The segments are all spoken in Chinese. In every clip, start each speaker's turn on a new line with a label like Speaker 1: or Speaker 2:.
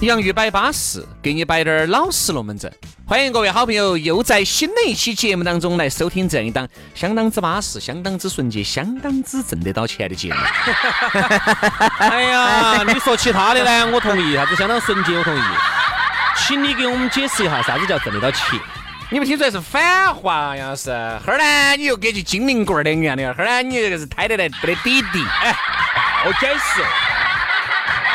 Speaker 1: 洋芋摆巴适，给你摆点儿老实龙门阵。欢迎各位好朋友又在新的一期节目当中来收听这样一档相当之巴适、相当之纯洁、相当之挣得到钱的节目。
Speaker 2: 哎呀，你说其他的呢？我同意，啥子相当纯洁，我同意。请你给我们解释一下，啥子叫挣得到钱？
Speaker 1: 你们听出来是反话呀？是，后儿呢你又跟起精灵棍儿两样的，后儿呢你这个是抬得来不得底底。哎，
Speaker 2: 好
Speaker 3: 哦
Speaker 2: 解释。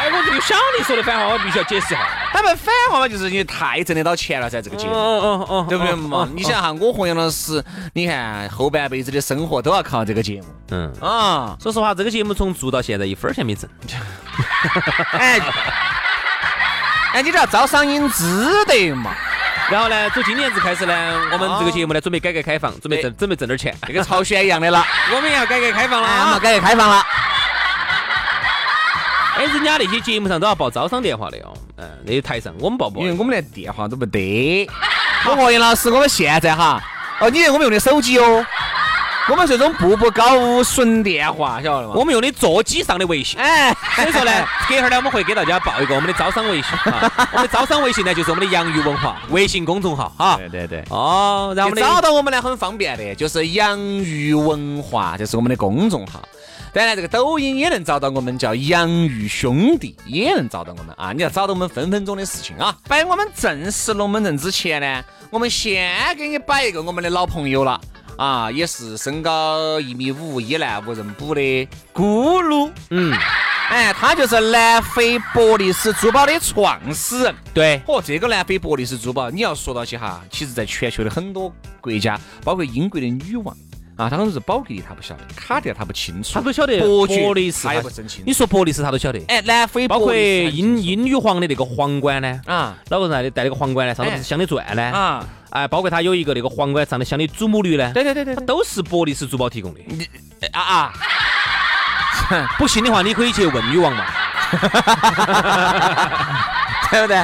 Speaker 2: 哎，我这个晓得说的反话，我必须要解释一下。
Speaker 1: 他们反话嘛，就是你太挣得到钱了噻，这个节目。
Speaker 2: 哦哦
Speaker 1: 对不对嘛？你想哈，我和杨老师，你看后半辈子的生活都要靠这个节目
Speaker 2: 嗯。
Speaker 1: 啊！
Speaker 2: 说实话，这个节目从做到现在一分儿钱没挣。
Speaker 1: 哎，哎，你这要招商引资得嘛？
Speaker 2: 然后呢，从今年子开始呢，我们这个节目呢，准备改革开放，准备
Speaker 3: 哎
Speaker 2: 挣，准备挣点儿钱。
Speaker 1: 这个朝鲜一样的了，
Speaker 2: 我们要改革开放了
Speaker 1: 哎，我们
Speaker 2: 啊！
Speaker 1: 改革开放了。
Speaker 2: 哎，人家那些节目上都要报招商电话的哦。嗯，那些台上我们报不
Speaker 1: 因为。我们连电话都不得。我和杨老师，我们现在哈，哦，你我们用的手机哦，我们是这种步步高无损电话，晓得吗？
Speaker 2: 我们用的座机上的微 信。
Speaker 1: 哎，
Speaker 2: 所以说呢，隔一会儿呢，我们会给大家报一个我们的招商微信啊，我们的招商微信呢就是我们的洋芋文化微信公众号啊。
Speaker 1: 对对对。
Speaker 2: 哦，然后我们
Speaker 1: 找
Speaker 2: 的
Speaker 1: 到我们呢很方便的，就是洋芋文化，这是我们的公众号。当然，这个抖音也能找到我们，叫洋芋兄弟也能找到我们啊！你要找到我们分分钟的事情啊！摆我们正式龙门阵之前呢，我们先给你摆一个我们的老朋友了啊，也是身高一米五，一男无人补的咕噜，
Speaker 2: 嗯，
Speaker 1: 哎，他就是南非伯利斯珠宝的创始人。
Speaker 2: 对，
Speaker 1: 哦，这个南非伯利斯珠宝，你要说到起哈，其实在全球的很多国家，包括英国的女王啊，她可能是宝格丽，她不晓得，卡地亚她不清楚，
Speaker 2: 他都晓得
Speaker 1: 伯爵
Speaker 2: 伯利斯
Speaker 1: 她
Speaker 2: 他
Speaker 1: 也不真清
Speaker 2: 你
Speaker 1: 楚。
Speaker 2: 说伯利斯他都晓得，
Speaker 1: 哎，南非
Speaker 2: 包
Speaker 1: 伯
Speaker 2: 括
Speaker 1: 利斯她
Speaker 2: 英英女皇的那个皇冠呢，
Speaker 1: 啊哎
Speaker 2: 老人戴的戴那个皇冠呢，上头不是镶的钻呢，
Speaker 1: 啊，
Speaker 2: 哎，包括他有一个那个皇冠上的镶的祖母绿呢，
Speaker 1: 对对对对
Speaker 2: 它
Speaker 1: 对
Speaker 2: 都是伯利斯珠宝提供的。
Speaker 1: 哎啊啊，
Speaker 2: 不信的话，你可以去问女王 嘛。
Speaker 1: 对不对？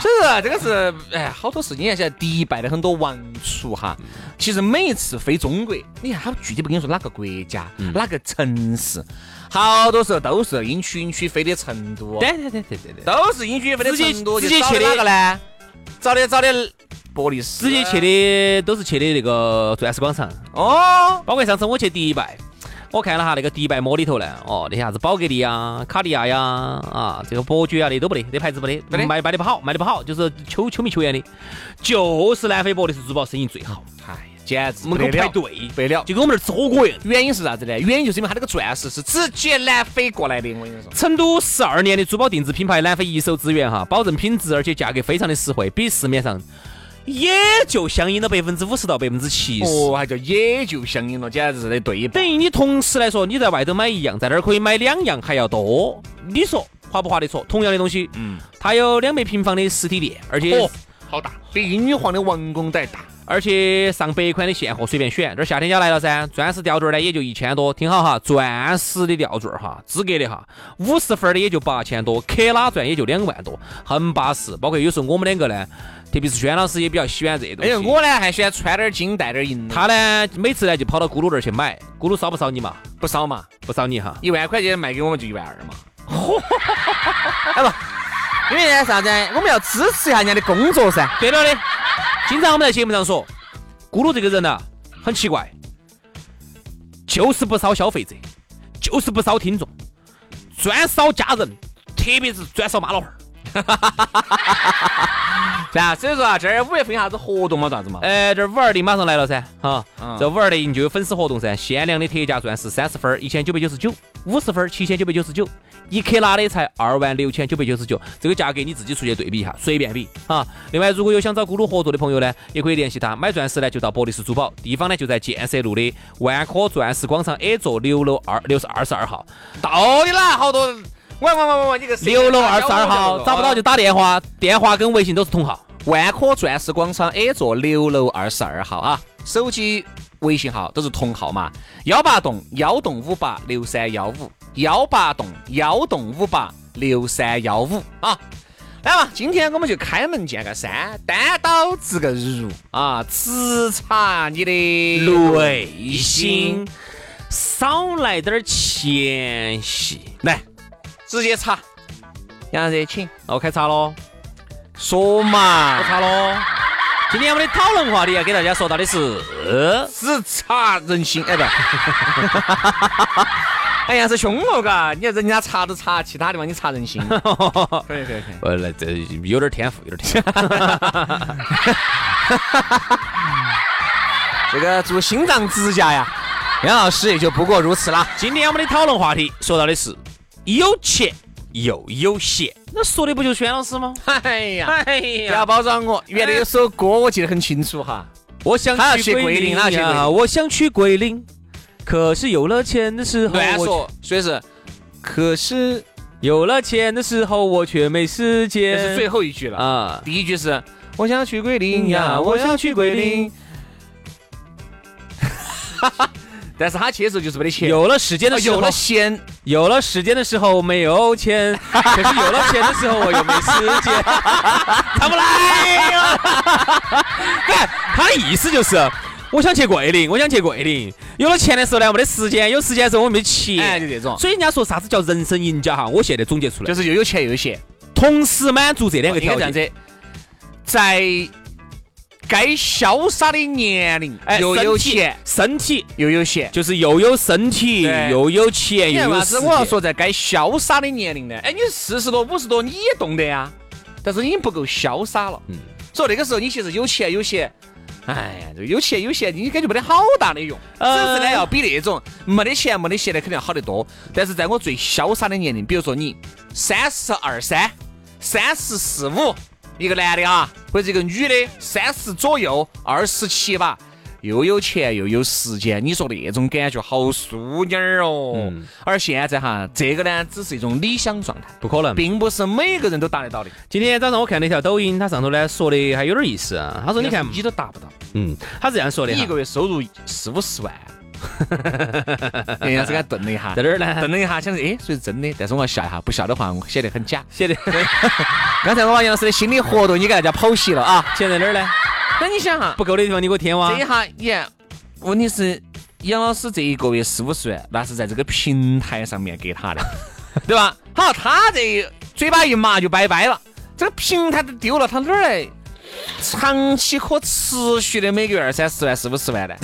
Speaker 1: 所以说这个是哎，好多事情。你看现在迪拜的很多王储哈，其实每一次飞中国，你看他具体不跟你说哪个国家、
Speaker 2: 嗯
Speaker 1: 哪个城市，好多时候都是英区英区飞的成都。
Speaker 2: 对对对对对对，
Speaker 1: 都是英区飞的成都，
Speaker 2: 直接
Speaker 1: 就
Speaker 2: 直
Speaker 1: 找
Speaker 2: 接去的
Speaker 1: 哪个呢？找的找的伯利斯，
Speaker 2: 直接去的都是去的那个钻石广场。
Speaker 1: 哦，
Speaker 2: 包括上次我去迪拜，我看了哈那个迪拜摩里头呢，哦，那啥子宝格丽啊、卡地亚呀、啊，这个伯爵啊，那都不得，那牌子不得，
Speaker 1: 没得
Speaker 2: 卖卖的不好，卖的不好，就是秋秋名秋言的，就是南非伯利斯珠宝生意最好，
Speaker 1: 哎，简直
Speaker 2: 门口排
Speaker 1: 队
Speaker 2: 队，
Speaker 1: 不得了。
Speaker 2: 就跟我们这儿吃火锅一样。
Speaker 1: 原因是啥子呢？原因就是因为它这个钻石是直接南非过来的，我跟你说。
Speaker 2: 成都十二年的珠宝定制品牌南非一手资源哈，保证品质，而且价格非常的实惠，比市面上也就相应了百分之五十到百分之七十。
Speaker 1: 哦，还叫也就相应了，简直是的对
Speaker 2: 等
Speaker 1: 半。
Speaker 2: 于你同时来说，你在外头买一样，在那儿可以买两样还要多，你说划不划得着？同样的东西，
Speaker 1: 嗯，
Speaker 2: 它有两百平方的实体店，而且、
Speaker 1: 哦，好大，比英女皇的王宫都还大。
Speaker 2: 而且上百款的现货随便选。这儿夏天要来了噻，钻石吊坠儿呢也就一千多，听好哈，钻石的吊坠儿哈，资格的哈，五十分儿的也就八千多，克拉钻也就两万多，很巴适。包括有时候我们两个呢，特别是轩老师也比较喜欢这些东
Speaker 1: 哎
Speaker 2: 西。
Speaker 1: 呀，我呢还喜欢穿点金带点银的，
Speaker 2: 他呢每次呢就跑到咕噜那儿去买，咕噜烧不烧你嘛？
Speaker 1: 不少嘛，
Speaker 2: 不烧你哈。
Speaker 1: 一万块钱卖给我们就一万二嘛。哎不，因为呢啥子呢？我们要支持一下人家的工作噻。
Speaker 2: 对了的，经常我们在节目上说，咕噜这个人呐、很奇怪，就是不烧消费者，就是不烧听众，专烧家人，特别是专烧妈老汉儿。
Speaker 1: 是啊，所以说啊，这儿五月份有啥子活动嘛？啥子嘛？
Speaker 2: 哎，这五二零马上来了噻，哈、
Speaker 1: 嗯
Speaker 2: 这五二零就有粉丝活动噻，限量的特价钻石三十分儿一千九百九十九，五十分儿七千九百九十九，一克拉的才二万六千九百九十九，这个价格你自己出去对比一下，随便比啊。另外，如果有想找咕噜合作的朋友呢，也可以联系他。买钻石呢，就到博利斯珠宝，地方呢就在建设路的万科钻石广场 A 座六楼二六十二十二号。
Speaker 1: 到底啦，好多人，喂喂喂喂喂，你个谁
Speaker 2: 六楼二十二号，找不到就打电话，电话跟微信都是同号。
Speaker 1: 万科钻石广场 A 座六楼二十二号啊，手机、微信号都是同号码，幺八栋幺栋五八六三幺五，幺八栋幺栋五八六三幺五啊。来嘛，今天我们就开门见个山，单刀直个入啊，直插你的
Speaker 2: 内心，少来点儿前戏。
Speaker 1: 来，直接插。杨热请
Speaker 2: 那我开叉喽，
Speaker 1: 说嘛
Speaker 2: 我，叉喽。今天我们的讨论话题要给大家说到的是， 呃
Speaker 1: 直插人心，哎不， 哎呀是凶哦嘎，你看人家查都查其他地方，你查人心， 可以可以可以，
Speaker 2: 呃，来这有点天赋，有点天赋。
Speaker 1: 这个做心脏支架呀，杨老师也就不过如此啦。
Speaker 2: 今天我们的讨论话题说到的是有钱又有闲，那说的不就是轩老师吗？
Speaker 1: 哎呀，
Speaker 2: 哎
Speaker 1: 不要，包装我，原来有首歌我记得很清楚哈，
Speaker 2: 我想
Speaker 1: 他要
Speaker 2: 去
Speaker 1: 去
Speaker 2: 桂
Speaker 1: 桂林
Speaker 2: 林
Speaker 1: 他要去桂
Speaker 2: 啊，
Speaker 1: 林
Speaker 2: 我想去桂林，可是有了钱的时候，
Speaker 1: 哎乱
Speaker 2: 我
Speaker 1: 啊说，所以是，可是
Speaker 2: 有了钱的时候，我却没时
Speaker 1: 这
Speaker 2: 间。
Speaker 1: 是最后一句了，
Speaker 2: 啊，
Speaker 1: 第一句是我想去桂林呀，我想去桂林， 但是他去的时候就是没得钱，
Speaker 2: 有了时间的
Speaker 1: 哦
Speaker 2: 时候，
Speaker 1: 有了钱。
Speaker 2: 有了时间的时候没有 钱，可是有了钱的时候我又没时间，他不来 了。对，他的意思就是，我想去桂林，我想去桂林。有了钱的时候呢，没得时间；有时间的时候我没钱。
Speaker 1: 哎，就这种，
Speaker 2: 所以人家说啥子叫人生赢家哈？我现在总结出来，
Speaker 1: 就是又有钱又有闲。
Speaker 2: 同时满足这两个
Speaker 1: 应该
Speaker 2: 条
Speaker 1: 这样
Speaker 2: 件。
Speaker 1: 子，在该潇洒的年龄，
Speaker 2: 哎
Speaker 1: 又有钱
Speaker 2: 身体
Speaker 1: 又有闲。
Speaker 2: 就是又有身体，
Speaker 1: 对
Speaker 2: 又有钱，
Speaker 1: 你
Speaker 2: 又
Speaker 1: 看
Speaker 2: 有
Speaker 1: 嘛，
Speaker 2: 时
Speaker 1: 是
Speaker 2: 间。
Speaker 1: 我要说在该潇洒的年龄呢，哎，你四十多、五十多你也动得呀，但是已经不够潇洒了。嗯，所以那个时候你其实有钱有闲。哎呀，这个有钱有闲，你感觉没得好大的用，只
Speaker 2: 呃
Speaker 1: 是呢要比那种没得钱没得闲的肯定要好得多。但是在我最潇洒的年龄，比如说你三十二三、三十四五，一个男的啊，或者一个女的，三十左右，二十七吧，又有钱又有时间，你说那种感觉好淑女儿哦。
Speaker 2: 嗯
Speaker 1: 而现在哈，这个呢只是一种理想状态，
Speaker 2: 不可能。
Speaker 1: 并不是每个人都达得到的。
Speaker 2: 今天早上我看了一条抖音，它上头呢说的还有点意思啊。他说：“你看，
Speaker 1: 你都达不到，
Speaker 2: 嗯，他是这样说的
Speaker 1: 你一
Speaker 2: 哈，
Speaker 1: 个月收入四五十万。哎呀，这个顿了一下
Speaker 2: 在，哪儿呢？
Speaker 1: 顿了一下，想着哎，所以是真的，但是我要笑一下，不笑的话我显得很假。
Speaker 2: 写的
Speaker 1: 刚才我把杨老师的心理活动你给大家剖析了啊。
Speaker 2: 写在哪儿呢？
Speaker 1: 那你想哈，
Speaker 2: 不够的地方你给我添哇
Speaker 1: 这一。下你看，问题是杨老师这一个月四五十万，那是在这个平台上面给 他的，对吧？好，他这嘴巴一麻就拜拜了，这个平台都丢了，他哪儿来长期可持续的每个月二三十万、四五 十万呢？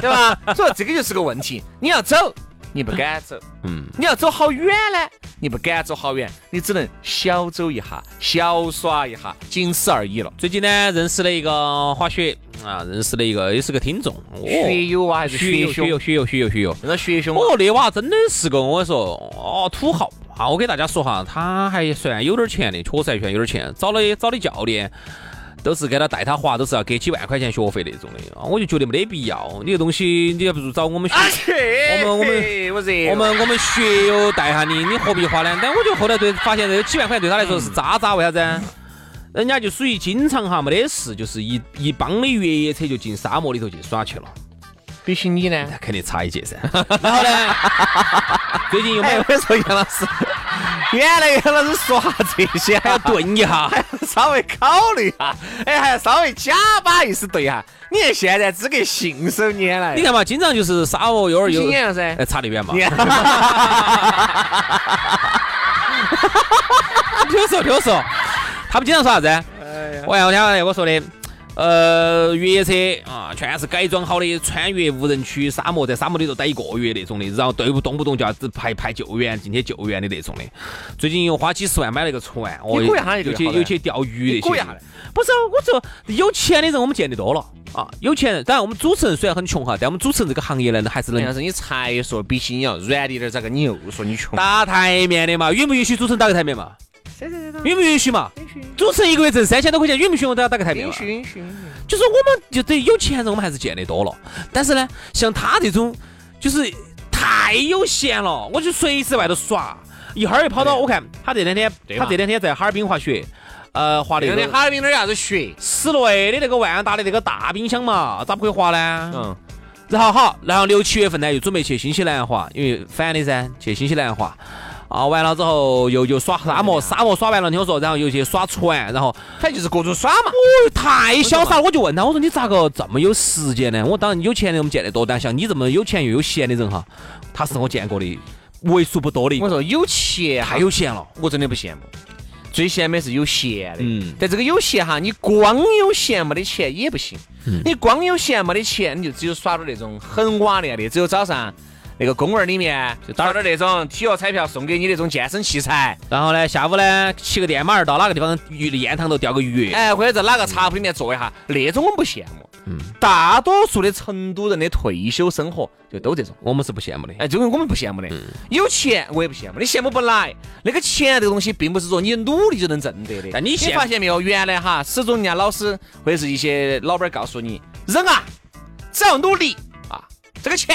Speaker 1: 对吧？所以这个就是个问题。你要走，你不敢走；
Speaker 2: 嗯，
Speaker 1: 你要走好远呢，你不敢走好远，你只能小走一下，小耍一下，仅此而已了。
Speaker 2: 最近呢，认识了一个滑雪啊，认识了一个也是个听众，哦
Speaker 1: 学友啊，还是
Speaker 2: 学
Speaker 1: 学
Speaker 2: 友，学友，？
Speaker 1: 兄
Speaker 2: 学友，学友，学友。
Speaker 1: 那个学兄啊
Speaker 2: 哦，那娃真的是个，我跟你说，哦，土豪啊！我给大家说哈，他还算有点钱的，确实还算有点钱。找的找的教练都是给他带他滑，都是要给几万块钱学费那种的，啊我就觉得没得必要。你这东西，你还不如找我们学。
Speaker 1: 啊去！
Speaker 2: 我们我们
Speaker 1: 嘿我热，
Speaker 2: 我们我们学友带下你，你何必花呢？但我就后来对发现，这个几万块对他来说是渣渣，为啥子啊？人家就属于经常哈没得事，就是一一帮的越野车就进沙漠里头去耍去了，
Speaker 1: 比起你呢？
Speaker 2: 那肯定差一截噻。然后呢， 最近又
Speaker 1: 哎，
Speaker 2: 买
Speaker 1: 我跟你说，杨老师， 原来杨老师说下这些
Speaker 2: 还
Speaker 1: 还要
Speaker 2: 要
Speaker 1: 对，
Speaker 2: 顿一下，
Speaker 1: 稍微考虑一下，哎，还要稍微假把意思对一下。你看现在只给信手拈来，
Speaker 2: 你看嘛，经常就是沙漠有点
Speaker 1: 哎经
Speaker 2: 有，
Speaker 1: 验噻
Speaker 2: 哎，。差得远 嘛。
Speaker 1: 你看，
Speaker 2: 哎
Speaker 1: 哎
Speaker 2: 听我说，听我说，他们经常说啥子？我看我听我说的，呃，越野车啊，全是改装好的，穿越无人区、沙漠，在沙漠里头待一个月那种的，然后队伍动不动就要只派派救援进去救援的啊那种的。最近又花几十万买了个船，哦，
Speaker 1: 你鼓一下那个
Speaker 2: 又
Speaker 1: 就
Speaker 2: 去
Speaker 1: 好了
Speaker 2: 又去钓鱼
Speaker 1: 你
Speaker 2: 那
Speaker 1: 鼓一
Speaker 2: 些
Speaker 1: 下来
Speaker 2: 的。不是，我说有钱的人我们见得多了啊，有钱人。当然，我们主持人虽然很穷哈，但我们主持人这个行业呢，还是能
Speaker 1: 但是你才说比心要软滴点儿，咋个你又说你穷？
Speaker 2: 打台面的嘛，允不允许主持人打个台面嘛？允不允许嘛？主持人一个月挣三千多块钱，允不允许我都要打个台面嘛？
Speaker 1: 允许。
Speaker 2: 就是我们就对有钱人，我们还是见得多了。但是呢，像他这种，就是太有闲了，我就随时外头耍，一会儿又跑到我看他这两天，
Speaker 1: 对嘛
Speaker 2: 他这两天在哈尔滨滑雪，呃，滑那
Speaker 1: 那
Speaker 2: 个
Speaker 1: 天哈尔滨那儿啥子雪？
Speaker 2: 室内的那个万达的那个大冰箱嘛，咋不会滑呢？
Speaker 1: 嗯，
Speaker 2: 然后好，然后六七月份呢，又准备去新西兰滑，因为反的噻，去新西兰滑。啊，完了之后又又耍沙漠，沙漠耍完了，听我说，然后又去耍船，然后
Speaker 1: 反哎正就是各种耍嘛。
Speaker 2: 哦，太潇洒了！我就问他，我说你咋个这么有时间呢？我当然有钱的我们见得多，但像你这么有钱又有闲的人哈，他是我见过的为数不多的一个
Speaker 1: 我，说有钱啊
Speaker 2: 太有钱了。
Speaker 1: 我真的不羡慕。最羡慕的是有闲的，
Speaker 2: 嗯
Speaker 1: 但这个有闲哈，你光有闲没得钱也不行，你光有闲没得钱，你就只有耍点那种很瓦砾的，只有早上那个公园里面就打点那种体育彩票送给你那种健身器材，
Speaker 2: 然后呢，下午呢骑个电马儿到哪个地方鱼的烟塘头钓个鱼，
Speaker 1: 哎，嗯或者在哪个茶铺里面坐一下，那种我们不羡慕。大多数的成都人的退休生活就都这种。
Speaker 2: 我们是不羡慕的。
Speaker 1: 哎，这个我们不羡慕的，
Speaker 2: 嗯
Speaker 1: 有钱我也不羡慕，你羡慕不来。那个钱这个东西，并不是说你努力就能挣得的。
Speaker 2: 但你
Speaker 1: 你
Speaker 2: 羡
Speaker 1: 发现没有？原来哈，始终人家老师或者是一些老板告诉你，人啊，只要努力啊，这个钱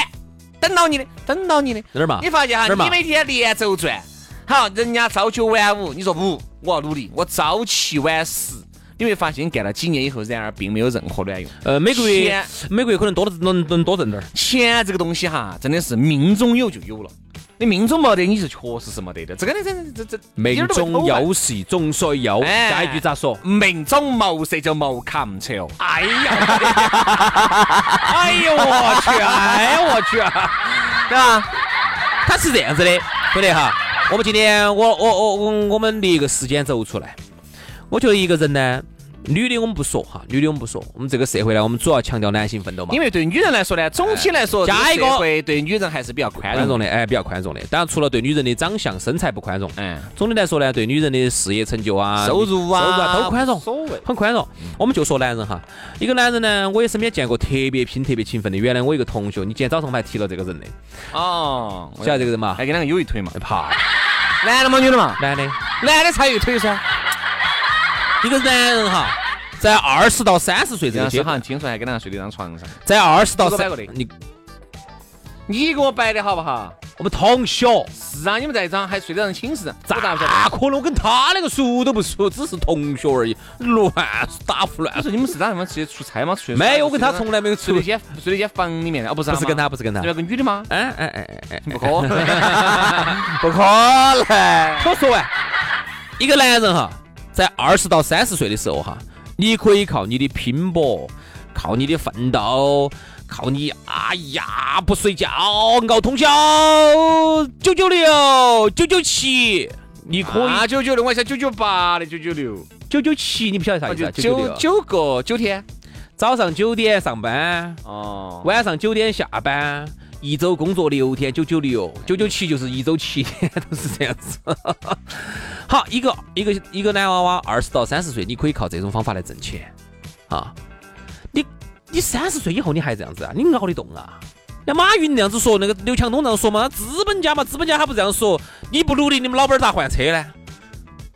Speaker 1: 等到你的，等到你的。
Speaker 2: 在哪儿嘛
Speaker 1: 你？发现哈，
Speaker 2: 啊是嘛
Speaker 1: 你每天连轴转，好，人家朝九晚五，你说不，我要努力，我朝七晚十。你会发现，你干了几年以后，然而并没有任何卵用。
Speaker 2: 呃，每个月
Speaker 1: 钱
Speaker 2: 每个月可能多了能能多挣点儿。
Speaker 1: 钱啊这个东西哈，真的是命中有就有了。你命中没得，你是确实是没得的。这个呢，这这这这一点
Speaker 2: 命
Speaker 1: 儿都不
Speaker 2: 中
Speaker 1: 偷懒
Speaker 2: 有时终须有，
Speaker 1: 哎
Speaker 2: 下一句咋说？
Speaker 1: 命中谋色就谋砍扯哦。哎 呀，
Speaker 2: 哎呦我去！哎我去！
Speaker 1: 啊对吧？
Speaker 2: 他是这样子的，兄弟哈，我们今天我我我我我们列一个时间轴出来，我觉得一个人呢，女的我们不说哈，女的我们不说，我们这个社会呢，我们主要强调男性奋斗嘛，
Speaker 1: 因为对女人来说呢，总体来说，
Speaker 2: 加一个
Speaker 1: 这社会对女人还是比较宽
Speaker 2: 宽
Speaker 1: 容
Speaker 2: 容
Speaker 1: 的。
Speaker 2: 的，哎，比较宽容的。当然，除了对女人的长相、身材不宽容，
Speaker 1: 嗯，
Speaker 2: 总的来说呢，对女人的事业成就啊、
Speaker 1: 收入啊
Speaker 2: 收入啊都宽容
Speaker 1: 无，所谓。
Speaker 2: 很宽容。
Speaker 1: 嗯
Speaker 2: 我们就说男人哈，一个男人呢，我也身边见过特别拼、特别勤奋的。原来我一个同学，你今天早上我们还提了这个人的，
Speaker 1: 哦，
Speaker 2: 晓得这个人嘛？哎
Speaker 1: 还跟两个有一腿嘛？
Speaker 2: 怕
Speaker 1: 男的嘛，女的嘛？
Speaker 2: 男的。
Speaker 1: 男的才有一腿噻。
Speaker 2: 一个男人哈，在二十到三十岁这
Speaker 1: 这
Speaker 2: 个
Speaker 1: 样
Speaker 2: 阶
Speaker 1: 是好
Speaker 2: 段
Speaker 1: 像，听说还跟两个睡在一张床上。
Speaker 2: 在二十到
Speaker 1: 这个摆
Speaker 2: 三
Speaker 1: 过的，
Speaker 2: 你
Speaker 1: 你给我摆的好不好？
Speaker 2: 我们同小，
Speaker 1: 是啊，你们在一张还睡在一张寝室，我咋不晓得？
Speaker 2: 咋可能？我跟他那个熟都不熟，只是同学而已，乱打胡乱
Speaker 1: 你。说你们是打什么直接出差吗？出去
Speaker 2: 没有，我跟他从来没有
Speaker 1: 睡
Speaker 2: 处
Speaker 1: 了一
Speaker 2: 理，
Speaker 1: 间睡了一间房里面的，哦不是啊
Speaker 2: 不是跟
Speaker 1: 妈
Speaker 2: 他，不是跟他
Speaker 1: 对。吧？个女的 吗？
Speaker 2: 哎哎哎哎哎，
Speaker 1: 不可 能，
Speaker 2: 不可能！我说完，一个男人哈，在二十到三十岁的时候哈，你可以靠你的拼搏，靠你的奋斗，靠你哎呀不睡觉熬通宵，九九六九九七，你可以
Speaker 1: 啊九九六，我想九九八的九九六，
Speaker 2: 九九七，你不晓得啥
Speaker 1: 哦
Speaker 2: 意思
Speaker 1: 就
Speaker 2: 啊？九九
Speaker 1: 九
Speaker 2: 六，
Speaker 1: 九个九天。
Speaker 2: 早上九点上班，
Speaker 1: 哦，
Speaker 2: 晚上九点下班。一周工作六天，九九六，九九七就是一周七天， 都是这样子。好，一个一个一个男娃娃二十到三十岁，你可以靠这种方法来挣钱啊。你你三十岁以后你还这样子啊？你熬得动啊？那马云那样子说，那个刘强东这样说嘛，资本家嘛，资本家他不这样说，你不努力，你们老板儿咋换车呢？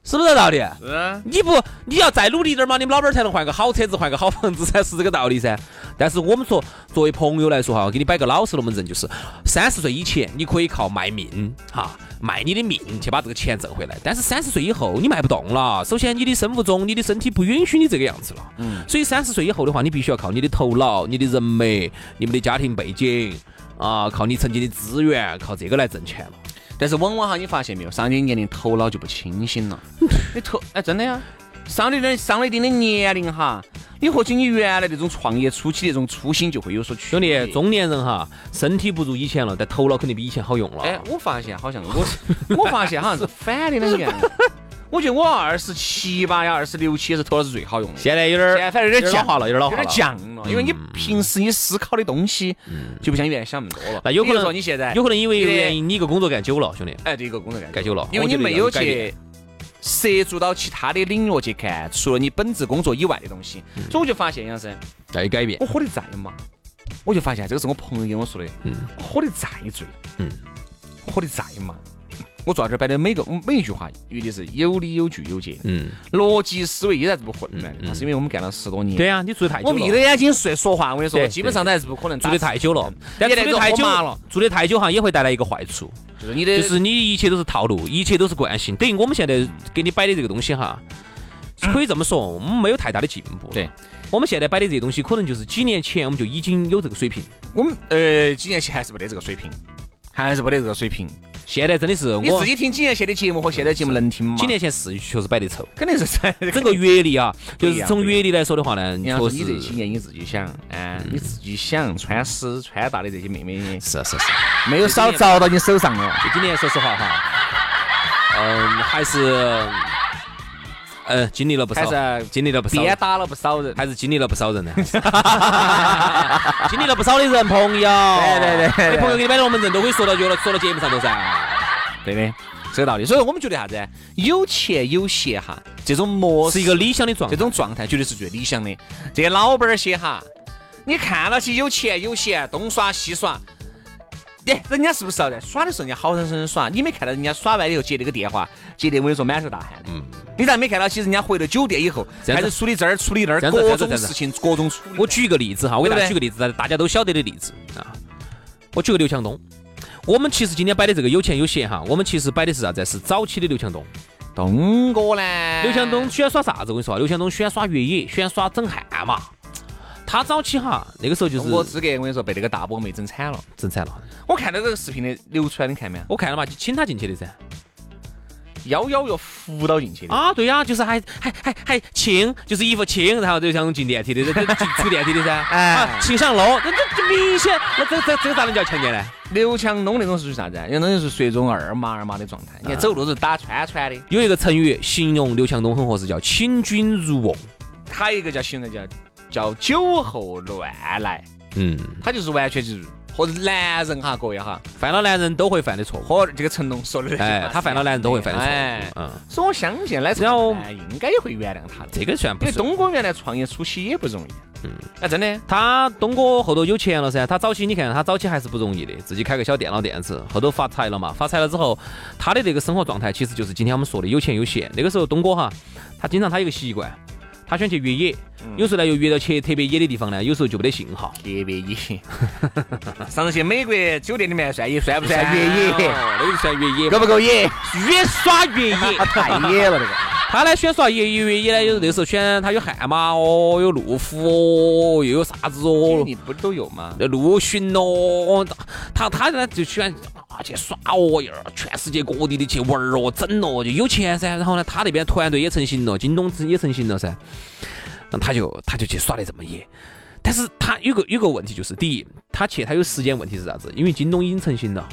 Speaker 2: 是不是这道理？啊
Speaker 1: 是，
Speaker 2: 你不，你要再努力点儿嘛，你们老板儿才能换个好车子，换个好房子噻，是这个道理噻。但是我们说，作为朋友来说哈，给你摆个老实龙门阵，就是三十岁以前你可以靠卖命哈，卖你的命去把这个钱挣回来。但是三十岁以后你卖不动了，首先你的生物钟、你的身体不允许你这个样子了。
Speaker 1: 嗯，
Speaker 2: 所以三十岁以后的话，你必须要靠你的头脑、你的人脉、你们的家庭背景啊，靠你曾经的资源，靠这个来挣钱了。
Speaker 1: 但是往往哈，你发现没有，上了年龄头脑就不清醒 了。你头，哎，真的呀，上了一点上了一定的年龄哈，你或许你原来那种创业初期那种初心就会有所区
Speaker 2: 兄
Speaker 1: 别。
Speaker 2: 弟，中年人哈，身体不如以前了，但哎
Speaker 1: 啊
Speaker 2: 头脑肯定比以前好用了。
Speaker 1: 哎，我发现好像我，我发现好像是反的两个。我觉得我二十七八呀，二十六七是投的是最好用的。
Speaker 2: 现在有点儿，
Speaker 1: 现在反正有点
Speaker 2: 老
Speaker 1: 降
Speaker 2: 化了，有点老
Speaker 1: 有
Speaker 2: 化
Speaker 1: 点
Speaker 2: 了。嗯
Speaker 1: 降了，因为你平时你思考的东西就不像原来想那么多了。
Speaker 2: 那有可
Speaker 1: 比如
Speaker 2: 能
Speaker 1: 说你现在
Speaker 2: 有可能哎因为一个
Speaker 1: 对
Speaker 2: 原因，你一个工作干久了，兄弟，
Speaker 1: 哎，对一个工作干
Speaker 2: 干久了
Speaker 1: 因为
Speaker 2: 我觉得
Speaker 1: 你没
Speaker 2: 要
Speaker 1: 有
Speaker 2: 哦改
Speaker 1: 去涉足到其他的领域去看，除了你本职工作以外的东西，
Speaker 2: 嗯
Speaker 1: 所以我就发现杨生，
Speaker 2: 再改变。
Speaker 1: 我喝的再忙，我就发现这个是我朋友跟我说的，我喝的再醉，
Speaker 2: 嗯，
Speaker 1: 我喝的再忙， 我坐在这儿摆的每个每一句话，一定是有理有据有节的，
Speaker 2: 嗯，
Speaker 1: 逻辑思维依然是不混乱的，那是因为我们干了十多年。
Speaker 2: 对啊呀，你做的太久
Speaker 1: 嗯我
Speaker 2: 了。
Speaker 1: 闭着眼睛睡说话，我跟你说，
Speaker 2: 对
Speaker 1: 基本上都还是不可能
Speaker 2: 做的
Speaker 1: 打死
Speaker 2: 太久了，但
Speaker 1: 也
Speaker 2: 做
Speaker 1: 得
Speaker 2: 的太
Speaker 1: 做
Speaker 2: 久
Speaker 1: 麻了，呃
Speaker 2: 做的太久哈也会带来一个坏处，
Speaker 1: 就是你的
Speaker 2: 就是你一切都是套路，一切都是惯性。等于我们现在给你摆的这个东西哈，可以这么说，我们没有太大的进步。
Speaker 1: 对，
Speaker 2: 我们现在摆的这些东西，可能就是几年前我们就已经有这个水平，
Speaker 1: 我们呃几年前还是没得这个水平，还是没得这个水平。
Speaker 2: 现在真的是
Speaker 1: 你
Speaker 2: 我
Speaker 1: 自己听几年前的节目和现在节目能听吗？
Speaker 2: 几年前是确实摆得丑。
Speaker 1: 肯定是在
Speaker 2: 整个阅历啊，
Speaker 1: 不
Speaker 2: 就
Speaker 1: 一样
Speaker 2: 是从阅历来说的话呢，
Speaker 1: 你要说
Speaker 2: 确
Speaker 1: 你这些
Speaker 2: 实嗯
Speaker 1: 年你自己想，哎，你自己想穿湿穿大的这些妹妹，
Speaker 2: 是啊是啊是啊。
Speaker 1: 没有少遭到你手上哦。
Speaker 2: 这今年说实话哈，嗯，还是，嗯，经历了不少，
Speaker 1: 还是呃
Speaker 2: 经历了不少人哎
Speaker 1: 鞭，啊打了不少人，
Speaker 2: 还是经历了不少人呢，还 是经历了不少的人朋友，
Speaker 1: 对对对对
Speaker 2: 哎朋友给你买的龙门阵都可以说到就了，说到节目上头噻，
Speaker 1: 对的，这个道理。所以我们觉得啥子？有钱有闲哈，这种模式
Speaker 2: 是一个理想的状态
Speaker 1: 这。种状态绝对是最理想的。这些老板儿些哈，你看到起有钱有闲，东耍西耍。哎，人家是不是啊？在耍的时候，人家好生生地耍，你没看到人家耍完了以后接那个电话，接的我跟你说满头大汗。嗯。你咋没看到？其实人家回到酒店以后，
Speaker 2: 这
Speaker 1: 开
Speaker 2: 样子
Speaker 1: 始处理这儿，处理那儿，
Speaker 2: 这样子
Speaker 1: 各
Speaker 2: 这
Speaker 1: 种
Speaker 2: 样子
Speaker 1: 事情，各种处理。
Speaker 2: 我举一个例子哈，我给大
Speaker 1: 对
Speaker 2: 家
Speaker 1: 不对
Speaker 2: 举个例子，大大家都晓得的例子啊。我举个刘强东，我们其实今天摆的这个有钱有闲哈，我们其实摆的是啥子？是早期的刘强东。
Speaker 1: 东哥呢？
Speaker 2: 刘强东喜欢耍啥子？我跟你说啊，刘强东喜欢耍越野，喜欢耍整悍马。他早期哈，那个时候就
Speaker 1: 东哥
Speaker 2: 是
Speaker 1: 资格，我跟你说，被那个大波妹整惨了。
Speaker 2: 整惨了。
Speaker 1: 我看到这个视频的流出来，你看没有？
Speaker 2: 我看了嘛，就请他进去的噻。
Speaker 1: 幺幺要扶到进去的。
Speaker 2: 啊，对呀、就是还还还还亲，就是衣服亲，然后就像进电梯的，这这进出电梯的噻。
Speaker 1: 哎
Speaker 2: 啊，亲上楼，这这这明显，那这这这个咋能叫强奸呢？
Speaker 1: 刘强东那种是属于啥子啊？因为那种是属于一种二麻二麻的状态，你看
Speaker 2: 啊
Speaker 1: 走路是打穿穿的。
Speaker 2: 有一个成语形容刘强东很合适，叫请君入瓮。
Speaker 1: 还有一个叫形容叫叫酒后乱来，
Speaker 2: 嗯，
Speaker 1: 他就是完全就是和男人哈各位哈，
Speaker 2: 犯了男人都会犯的错误。
Speaker 1: 和这个成龙说的那句话
Speaker 2: 哎，他犯了男人都会犯的错误。
Speaker 1: 哎，
Speaker 2: 嗯，
Speaker 1: 所以我相信来
Speaker 2: 然后
Speaker 1: 成男应该会原谅他的，
Speaker 2: 这个算不
Speaker 1: 因为
Speaker 2: 是。
Speaker 1: 东哥原来创业初期也不容易。嗯，那真的，
Speaker 2: 他东哥后头有钱了噻，他早期你看他早期还是不容易的，自己开个小电脑店子，后头发财了嘛，发财了之后，他的这个生活状态其实就是今天我们说的有钱有闲。那个时候东哥哈，他经常他有个习惯，他喜欢去越野，
Speaker 1: 嗯
Speaker 2: 有时候呢又越到去特别野的地方呢，有时候就没得信号。
Speaker 1: 特别野。上次去美国酒店里面算也算不算越野？
Speaker 2: 哦那个就算越野，
Speaker 1: 够不 够野？
Speaker 2: 越耍越野。
Speaker 1: 太野了这个。
Speaker 2: 他呢喜欢耍越野越野呢，有那时候选他有悍马哦，有路虎哦，又有啥子哦。
Speaker 1: 你不都有吗？
Speaker 2: 那陆巡咯，哦他他呢就喜欢啊去耍哦，哟，全世界各地的去玩儿哦，整哦，就有钱噻。然后呢，他那边团队也成型了，京东也成型了噻。那他就他就去耍得这么野，但是他有个有个问题就是，第一，他去他有时间问题是啥子？因为京东已经成型了，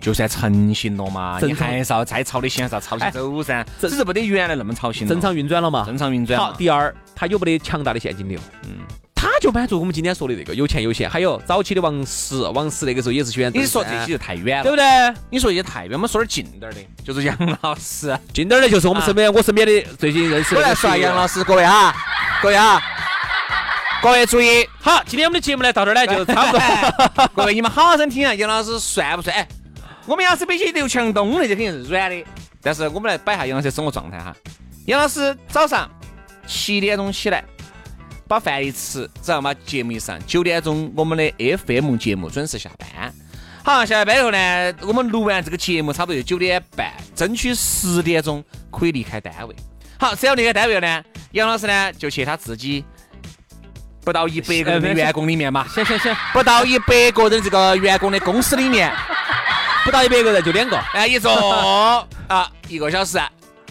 Speaker 1: 就算成型了嘛，
Speaker 2: 正
Speaker 1: 你
Speaker 2: 常
Speaker 1: 还是要再操的心，还是要操心走噻，只
Speaker 2: 正
Speaker 1: 是没得原来那么操心了。
Speaker 2: 正常运转了嘛。
Speaker 1: 哎正常运转嘛。
Speaker 2: 好，第二，他有没得强大的现金流？嗯。他就满足我们今天说的这个有钱有闲，还有早期的王石，王石那个时候也是喜欢
Speaker 1: 你
Speaker 2: 登
Speaker 1: 说
Speaker 2: 山。
Speaker 1: 这些就太远
Speaker 2: 对
Speaker 1: 了，
Speaker 2: 不对？
Speaker 1: 你说也太远，我们说点近点儿的，就是杨老 师。
Speaker 2: 近点儿的就是我们身边，我身边的最近认识的。
Speaker 1: 我来耍杨老师，各位啊，各位啊，各位注意，
Speaker 2: 好，今天我们的节目呢到这儿呢就差 不多。
Speaker 1: 各位你们好好生听啊，杨老师帅不帅？哎，我们杨老师比起刘强东那些肯定是软的，但是我们来摆一下杨老师的生活状态哈。杨老师早上七点钟起来，把饭一吃，知道吗？节目一上，九点钟我们的 FM 节目准时下班。好，下班以后呢，我们录完这个节目差不多就九点半，争取十点钟可以离开单位。好，只要离开单位呢，杨老师呢就去他自己不到一百个人的员工里面嘛，
Speaker 2: 行行行，
Speaker 1: 不到一百个人这个员工的公司里面，
Speaker 2: 不到一百个人就两个，
Speaker 1: 哎，一坐 啊，一个小时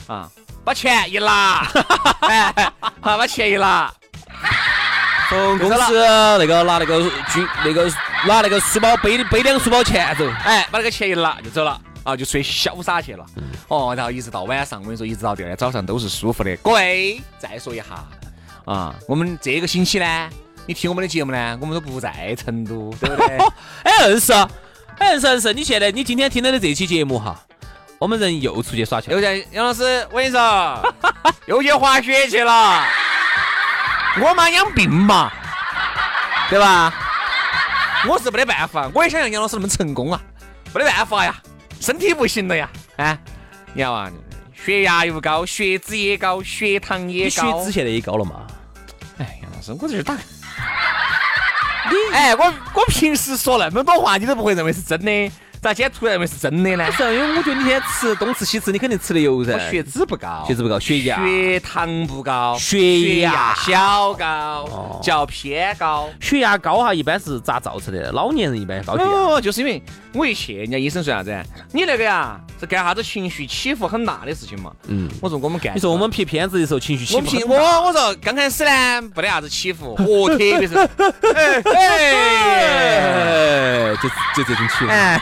Speaker 1: 啊，把钱一 拿，哎，好，把钱一拿，
Speaker 2: 从公司啊那个拿那个军那个拿那个书包背背两个书包钱走。
Speaker 1: 哎，把那个钱一拿就走了。啊，就出去潇洒去了。哦，然后一直到晚上，我跟你说，一直到第二天早上都是舒服的。各位，再说一下啊，我们这个星期呢，你听我们的节目呢，我们都不在成都，对不 对？
Speaker 2: 哎，硬是，哎，硬是，硬是，你现在你今天听到的这期节目哈，我们人又出去耍去了
Speaker 1: 刘。在杨老师，我跟你 说，又去滑雪去了。我妈养病嘛，对吧？我是没得办法，我也想像杨老师那么成功啊，没得办法呀，身体不行了呀，哎，你看嘛，血压又高，血脂也高，血糖也
Speaker 2: 你血。
Speaker 1: 高
Speaker 2: 脂现在也高了嘛？
Speaker 1: 哎，杨老师，我这是打。哎，我我平时说那么多话，你都不会认为是真的，咋今天突然认为是真的呢？
Speaker 2: 是啊，因为我觉得你天天吃东吃西吃，你肯定吃的油
Speaker 1: 我
Speaker 2: 噻。
Speaker 1: 血脂不高，
Speaker 2: 血脂不高，血压、
Speaker 1: 血糖不高，
Speaker 2: 血压
Speaker 1: 小高，较偏高。
Speaker 2: 血压高哈，一般是咋造成的？老年人一般高血压。
Speaker 1: 哦，就是因为我一去，人家医生说啥子？你那个呀，是干啥子情绪起伏很大的事情嘛？嗯，我说我们干，
Speaker 2: 你说我们拍片子的时候情绪起
Speaker 1: 我
Speaker 2: 伏
Speaker 1: 们
Speaker 2: 很
Speaker 1: 平
Speaker 2: 大，
Speaker 1: 我我说刚开始呢，没得啥子起伏，哦，特别是，哎，
Speaker 2: 哎，就就这种起伏。
Speaker 1: 哎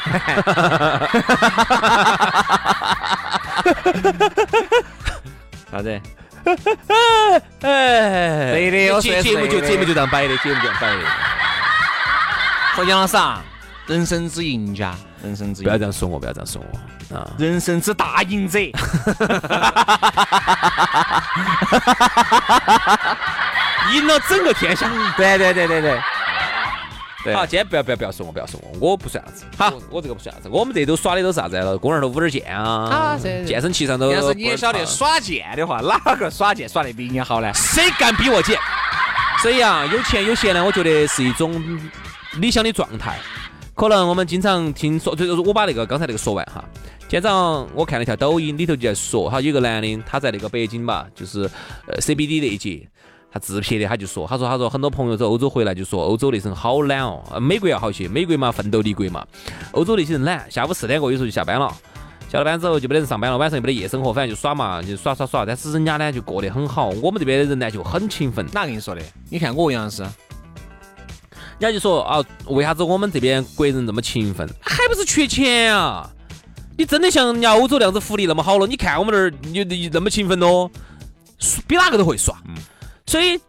Speaker 1: 啥子？
Speaker 2: 哎，
Speaker 1: 对的我
Speaker 2: 节
Speaker 1: 说的是
Speaker 2: 节目就
Speaker 1: 对的
Speaker 2: 节目就这样摆的，节目就这样摆的。
Speaker 1: 说杨老师啊，人生之赢家，人生之
Speaker 2: 不
Speaker 1: 赢
Speaker 2: 要这样说我，不要这样说我啊！
Speaker 1: 人生之大赢者。
Speaker 2: 赢了整个天下。
Speaker 1: 对对对对对，对
Speaker 2: 好，今天不要不要不要说我，不要说我，我不算啥子。好，我这个不算啥子。我们这都耍的都是啥子了？公园头舞点剑啊，健身器上头。
Speaker 1: 要是你也晓
Speaker 2: 啊
Speaker 1: 得，耍剑的话，哪个耍剑耍得比你好呢？
Speaker 2: 谁敢比我贱？所以啊，有钱有闲呢，我觉得是一种理想的状态。可能我们经常听说，就是我把那个刚才那个说完哈。今天早上我看了一条抖音，里头就在说，哈，有个男的，他在那个北京吧，就是呃 CBD 那一节，他自拍的，他就说，他说他说很多朋友从欧洲回来就说，欧洲那些人好懒哦，呃美国要好些，美国嘛奋斗立国嘛，欧洲那些人懒，下午四点过有时候就下班了。下了班之后就没得人上班了，晚上又没得夜生活，反正就耍嘛，就耍耍耍。但是人家呢就过得很好，我们这边的人呢就很勤奋。
Speaker 1: 哪跟你说的？你看我杨老师，
Speaker 2: 人家就说啊，为啥子我们这边国人这么勤奋？还不是缺钱啊！你真的像人家欧洲那样子福利那么好了？你看我们这儿你你那么勤奋咯，比哪个都会耍。所以，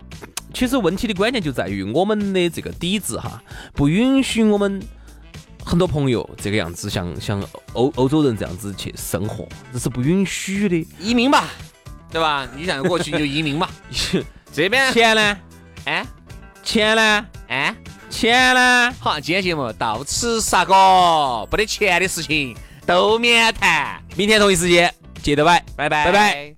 Speaker 2: 其实问题的关键就在于我们的这个底子哈，不允许我们很多朋友这个样子，像像欧欧洲人这样子去生活，这是不允许的。
Speaker 1: 移民吧，对吧？你想过去你就移民吧， 这边
Speaker 2: 钱呢？
Speaker 1: 哎
Speaker 2: 钱呢？
Speaker 1: 哎，
Speaker 2: 钱呢？
Speaker 1: 好，今天节目到此杀个，没得钱的事情都免谈，
Speaker 2: 明天同一时间接着摆，
Speaker 1: 拜拜
Speaker 2: 拜拜。